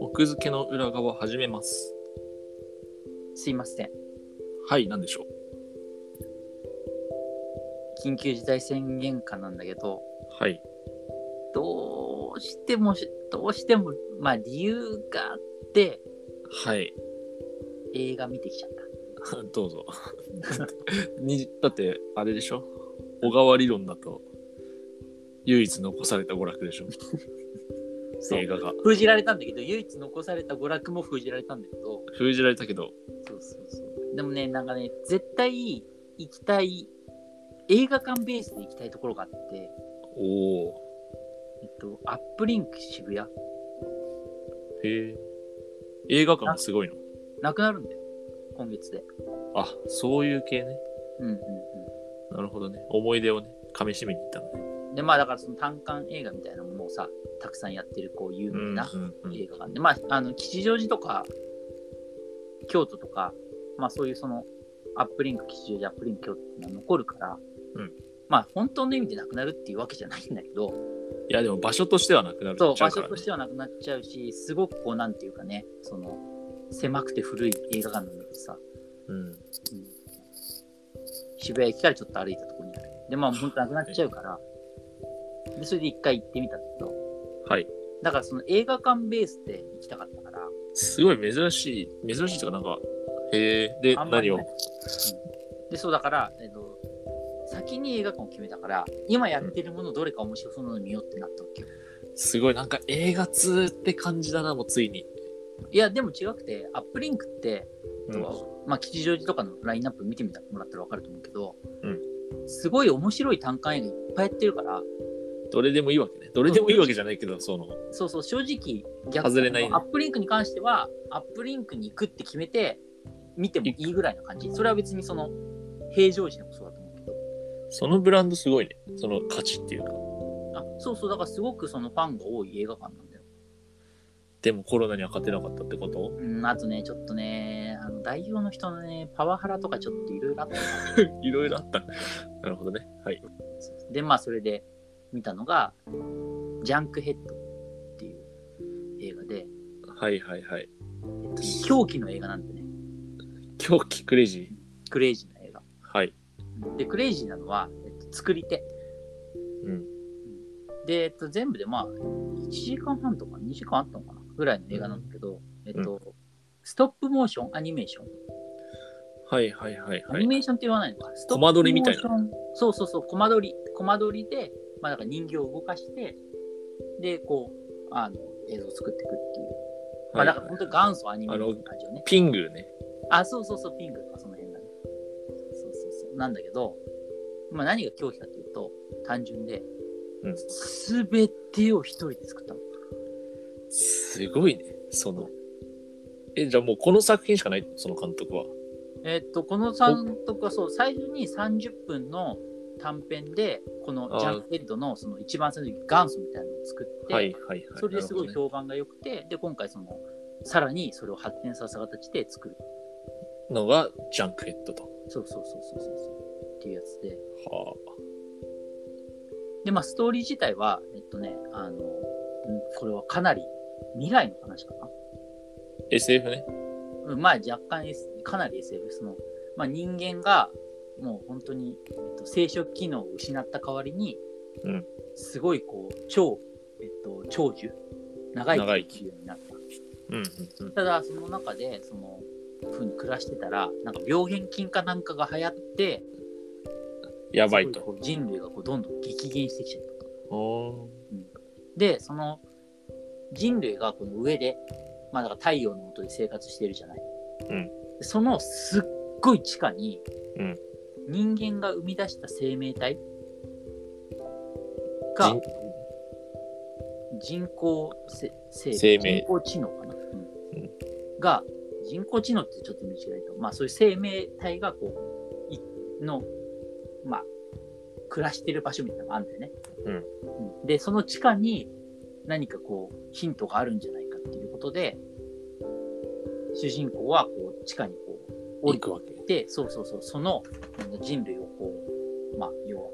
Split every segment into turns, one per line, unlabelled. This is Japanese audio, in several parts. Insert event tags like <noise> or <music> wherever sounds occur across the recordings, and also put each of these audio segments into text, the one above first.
奥付けの裏側始めます。
すいません。
はい、なんでしょう。
緊急事態宣言下なんだけど、
はい。
どうしてもし、どうしても、まあ理由があって、
はい。 <laughs>
映画見てきちゃった。
どうぞ。 <laughs> にだって、あれでしょ小川理論だと、唯一残された娯楽でし <laughs> ょ
そう
映画が。
封じられたんだけど、唯一残された娯楽も封じられたんだけど、
封じられたけど、
そうそうそう。でもね、なんかね、絶対行きたい、映画館ベースで行きたいところがあって、
おお。
えっと、アップリンク渋谷、
へえ。映画館もすごいの。
なくなるんだよ、今月で。
あ、そういう系ね。
うんうんうん。
なるほどね。思い出をね、かみしめに行ったのね。
でまあだからその単館映画みたいなのもさたくさんやってるこう有名な
うんうんうん
映画館で、まああの吉祥寺とか京都とかまあそういうそのアップリンク吉祥寺アップリンク京都っていうのは残るから、
うん
まあ本当の意味でなくなるっていうわけじゃないんだけど
いや、でも場所としてはなくなる
そう
ちゃ
場
か
所
らね
としてはなくなっちゃうしすごくこうなんていうかねその狭くて古い映画館なんだけどさ
うん。
渋谷駅からちょっと歩いたところにあるでまあ本当なくなっちゃうからでそれで一回行ってみたんだけど
はい。
だからその映画館ベースで行きたかったから、
すごい珍しい、珍しいというか、なんか、へえ。で、
あんま
何
りね
を
で、そうだから、えっと、先に映画館を決めたから、今やってるものどれか面白そうなの見ようってなったわけよ。
すごい、なんか映画通って感じだな、もうついに。
いや、でも違くて、アップリンクって、
うん
まあ、吉祥寺とかのラインナップ見てみたもらったらわかると思うけど、
うん
すごい面白い単館映画いっぱいやってるから、
どれでもいいわけね。どれでもいいわけじゃない
<laughs>
けど、その、
そうそう、正直、逆
外れないね
アップリンクに関しては、アップリンクに行くって決めて、見てもいいぐらいな感じ。それは別にその、平常時でもそうだと思うけど。
そのブランドすごいね。その価値っていうか。
あそうそうだからすごくそのファンが多い映画館なんだよ、
でもコロナには勝てなかったってこと
うん、あとねちょっとねあの代表の人のねパワハラとかちょっといろいろあったんだけ
いろいろあった。 <laughs> なるほどね。はい。
どでまあそれで見たのが「ジャンクヘッド」っていう映画で、
はいはいはい。
えっとね狂気の映画なんでね
狂気クレイジ
クレイジーな映画
ー。はい。
でクレイジーなのは、えっと、作り手
うん。
で、えっと、全部でまあ1時間半とか2時間あったのかなぐらいの映画なんだけど、えっとストップモーションアニメーション
はいはいはい
ア
は
ニ
い。
メーションって言わないのか。
コマ撮りみたいな
ストップモーション。そうそうそう、コマ撮り。コマ撮りで、まあ、だから人形を動かして、で、こう、あの、映像を作っていくっていう。まあ、だから本当に元祖アニメの感じよね。
ピングね。
あそうそうそう、ピンクとかその辺だね。そうそうそう。なんだけど、まあ、何が狂気かっていうと、単純で
うん、
すべてを一人で作ったの。
すごいね。その。え、じゃあもうこの作品しかないその監督は。
えっと、この監督はそう、最初に30分の短編で、このジャンクヘッドのその一番最初に元祖みたいなのを作って、
はいはいはい。
それですごい
なるほどね
評判が良くて、で、今回その、さらにそれを発展させた形で作る。
のがジャンクヘッドと。
そうそうそうそうそうそう。っていうやつで。
は
で、まあ、ストーリー自体は、えっとね、あの、うんこれはかなり未来の話かな。
あ。SF ね。
うん、まあ、若干、S、かなり SF、その、まあ、人間が、もう本当に、えっと、生殖機能を失った代わりに、
うん
すごい、こう、超、えっと、長寿、長生きできるようになった。
うんうんうん。
ただその中でそのふうに暮らしてたらなんか病原菌かなんかが流行って
やばいと。
すごこう人類がこうどんどん激減してきちゃったと
お
でその人類がこの上で、まあ、だから太陽の下で生活してるじゃない、
うん
そのすっごい地下に、
うん
人間が生み出した生命体が
ー。
人工せ生
生命
人工知能かな、うん
うん
が人工知能ってちょっと見違えとまあそういう生命体がこういのまあ暮らしてる場所みたいなのがあるんだよね、
うん
うんでその地下に何かこうヒントがあるんじゃないかっていうことで主人公はこう地下にこう降りて
くわけ。
でそうそうそうその人類をこうまあ要は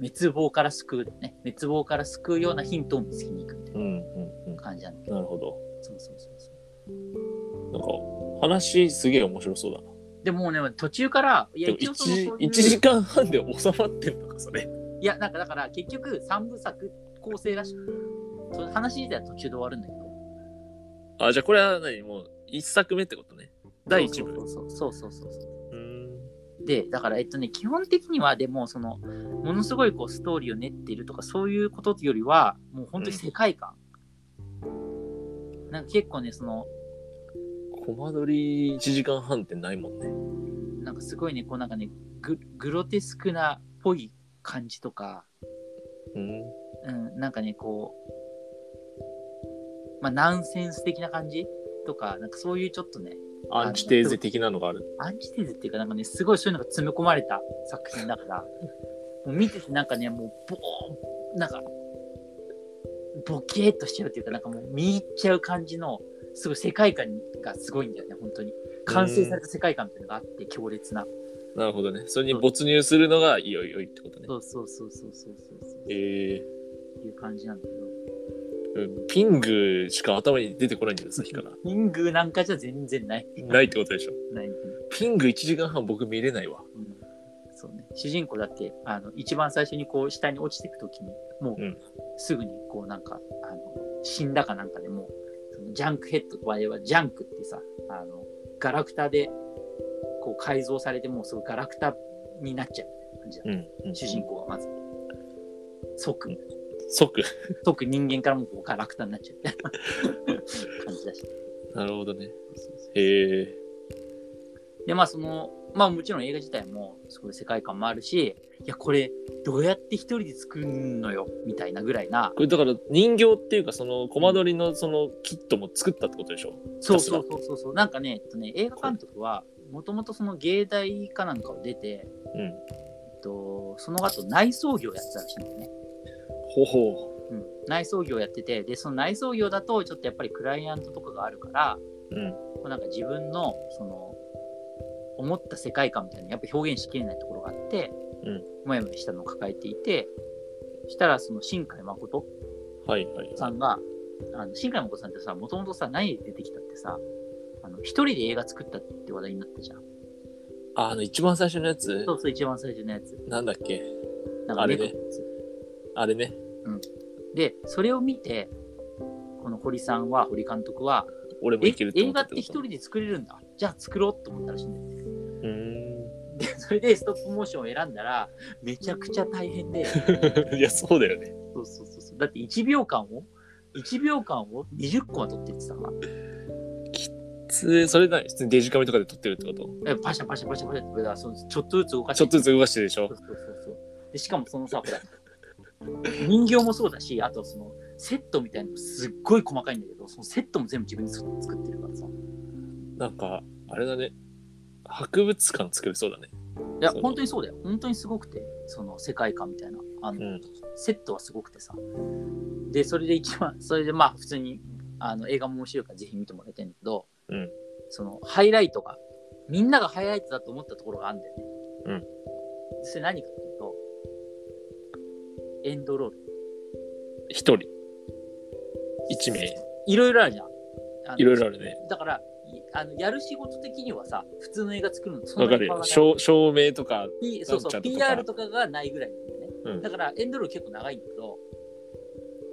滅亡から救うだよね。滅亡から救うようなヒントを見つけに行くみたい
うんうんうん
な感じなんだけど。
なるほど
そうそうそうそう。
なんか話すげえ面白そうだな
でもうね、途中から、いや、
でも
一応そのそういう
1, 時間半で収まってんのかそれ
いや、なんかだから結局3部作構成らしくて、その話自体は途中で終わるんだけど。
あじゃあこれは何もう1作目ってことね第1部
そうそうそうそうそうそう
ーん
う。で、だから、えっとね、基本的にはでも、その、ものすごいこうストーリーを練っているとか、そういうことよりは、もう本当に世界観。なんか結構ね、その、
コマ撮り1時間半ってないもんね
なんかすごいね、こうなんかね、ググロテスクなっぽい感じとか、
うん
うん、なんかね、こう、まあ、ナンセンス的な感じとか、なんかそういうちょっとね、
アンチテーゼ的なのがある
アンチテーゼっていうか、なんかね、すごいそういうのが詰め込まれた作品だ <laughs> から、もう見ててなんかね、もう、ぼーん、なんか、ボケーっとしちゃうっていうか、なんかもう見入っちゃう感じの、すごい世界観がすごいんだよね、本当に。完成された世界観っていうのがあって、強烈な。
なるほどねそれに没入するのがいよいよいってことね
そうそうそうそうそうそうそう。
ええ
いう感じなんだけ
う
ど。
んピングしか頭に出てこないんだよさっきから
リングなんかじゃ全然ない。
ないってことでしょ
ない、う
ピング1時間半僕見れないわ
んそうね。主人公だって、あの、一番最初にこう、下に落ちていくときに、もう、
うん
すぐにこう、なんか、あの、死んだかなんかでもう、そのジャンクヘッド、我々はジャンクってさ、あの、ガラクタで、こう、改造されて、もうすぐガラクタになっちゃうみたいな感じだ、
うん、うん、
主人公はまず。即、
即
即人間からもこうガラクタになっちゃうみた <laughs> いな感じだし。
なるほどね
そうそうそう
へえ
でまあそのまあもちろん映画自体もすごい世界観もあるしいやこれどうやって一人で作るのよみたいなぐらいな
これだから人形っていうかそのコマ撮りのそのキットも作ったってことでしょ
そうそうそうそうそうなんかね,、えっと、ね映画監督はもともとその芸大かなんかを出て、
うん
えっと、その後内装業やってたらしいんだよね、
ほほ
うん、内装業やっててでその内装業だとちょっとやっぱりクライアントとかがあるから
ううん
こうなんか自分のその思った世界観みたいなのやっぱ表現しきれないところがあって、
うん
もやもやしたのを抱えていてしたらその新海誠
はいはいはい
さんが、あの新海誠さんってさもともとさ何で出てきたってさあの一人で映画作ったって話題になったじゃん
ああの一番最初のやつ
そうそう一番最初のやつ
なんだっけ
なんか
あれ
猫
ね
のやつ
あれね
でそれを見てこの堀さんは堀監督は
俺も
え
いけると思
映
った
画って一人で作れるんだじゃあ作ろうと思ったらしいんだよね
うー
でそれでストップモーションを選んだらめちゃくちゃ大変で
ん <laughs> いやそうだよね
そうそうそうそう。だって1秒間を、1秒間を20個は撮ってってさ、
つそれな普通にデジカメとかで撮ってるってこと
えパシャパシャパシャパシャってだからそのちょっとずつ動かし
ち
て
ょっとずつ動かしてるでしょ
そうそうそうそうで。しかもそのさ、ほら、人形もそうだし、あとそのセットみたいなのもすっごい細かいんだけど、そのセットも全部自分で作作ってるからさ。い
なんかあれだね博物館作れそうだね
や、
そう
本当にそうだよ。本当にすごくて、その世界観みたいな。あの
うん
セットはすごくてさ。で、それで一番、 <laughs> それでまあ普通にあの映画も面白いからぜひ見てもらいたいんだけど、
うん
そのハイライトが、みんながハイライトだと思ったところがあるんだよね。
うん。
それ何かっていうと、エンドロール。
一人一名
いろいろあるじゃん。あの
いろいろあるね。
だから、いあのやる仕事的にはさ、普通の映画作るのそん
わ
な
かる
に変わ
よ
らな
照
い。
照明とか
P- そう
なんち
そ
ゃんと
う、
か
PR とかがないぐらいなんだよね。
うん
だから、エンドロール結構長いんだけど、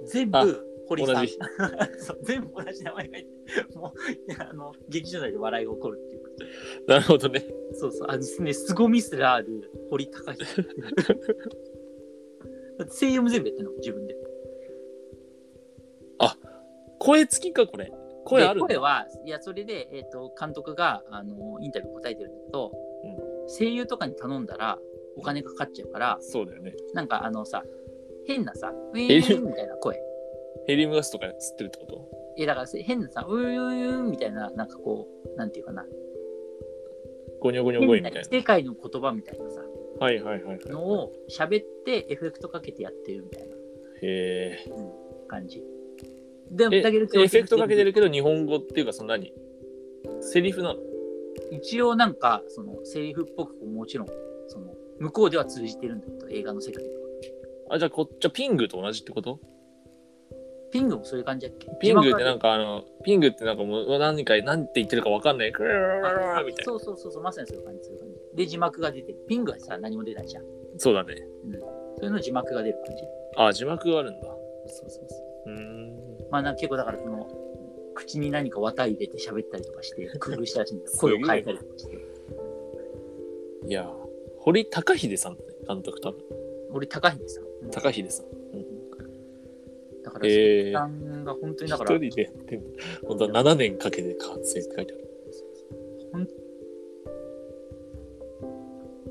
全
あ
部、堀さ
同
ん
じ。
<laughs> そう全部同じ名前がいて、もう、いやあの、劇場内で笑いが起こるっていう。
なるほどね
そうそう、あのね、凄みすらある堀高弘。だって声優も全部やってんの、自分で。
声付きかこれ声ある
で声は、いや、それで、えっ、と、監督が、あの、インタビュー答えてるんだけど、声優とかに頼んだら、お金かかっちゃうから、
そうだよね
なんかあのさ、変なさ、ウィ
え
ーンみたいな声。
ヘリウムガスとか吸ってるってこと
え、だからせ変なさ、ウィーンみたいな、なんかこう、なんていうかな、
ゴニョゴニョゴイみ
変な
たいな
世界の言葉みたいなさ、
はいはいはい
の
は
を喋って、エフェクトかけてやってるみたいない
へー
感じ。で
え
だけど
エフェクトかけてるけど日本語っていうかその何セリフなの
一応なんかそのセリフっぽくもちろんその向こうでは通じてるんだけど映画の世界では
あ、じゃあこっちはピングと同じってこと
ピングもそういう感じやっけ
ピングってなんかあの、ピングってなんかもう何か、何て言ってるかわかんない。クラララララみたいな。
そうそうそうそう、まさにそういう感じ、そういう感じ。で、字幕が出てる。ピングはさ、何も出ないじゃん。
そうだね。
そういうの字幕が出る感じ。
あ、字幕があるんだ。
そうそうそう。
うーん。
まあ、なんか結構だから、その、口に何か綿入れて喋ったりと
<laughs>
かして、工夫したらしいんだよ。声を変えたりとかして。
いや、堀高秀さんだね、監督多分。
俺、高秀さん。うん
高秀さん。
だから、
えー
さんが本当にだから
一、人でやってる。本当は7年かけて完成って書いてある。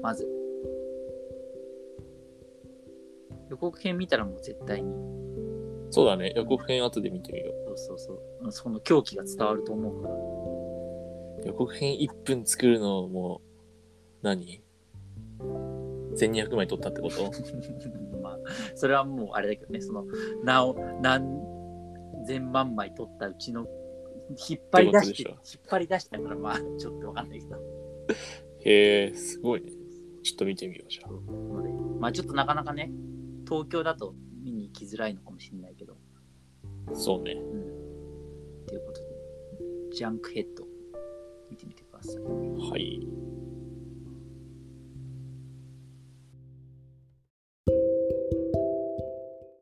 まず。予告編見たらもう絶対に、
そうだね、予告編後で見てみよ
そうそうそううん、その狂気が伝わると思うから。
う。予告編1分作るのもう、何 ?1200 枚撮ったってこと
<laughs> まあ、それはもうあれだけどね、その、なお、何千万枚取ったうちの、引っ張り出して、
って
引
こ
っ張り出したから、まあ、ちょっとわかんないけど。
へえ、すごいね。ちょっと見てみよう、じゃあ。
ので、まあ、ちょっとなかなかね、東京だと見に行きづらいのかもしれないけど、
そうね。
うん。ということで、ジャンクヘッド、見てみてください。
はい。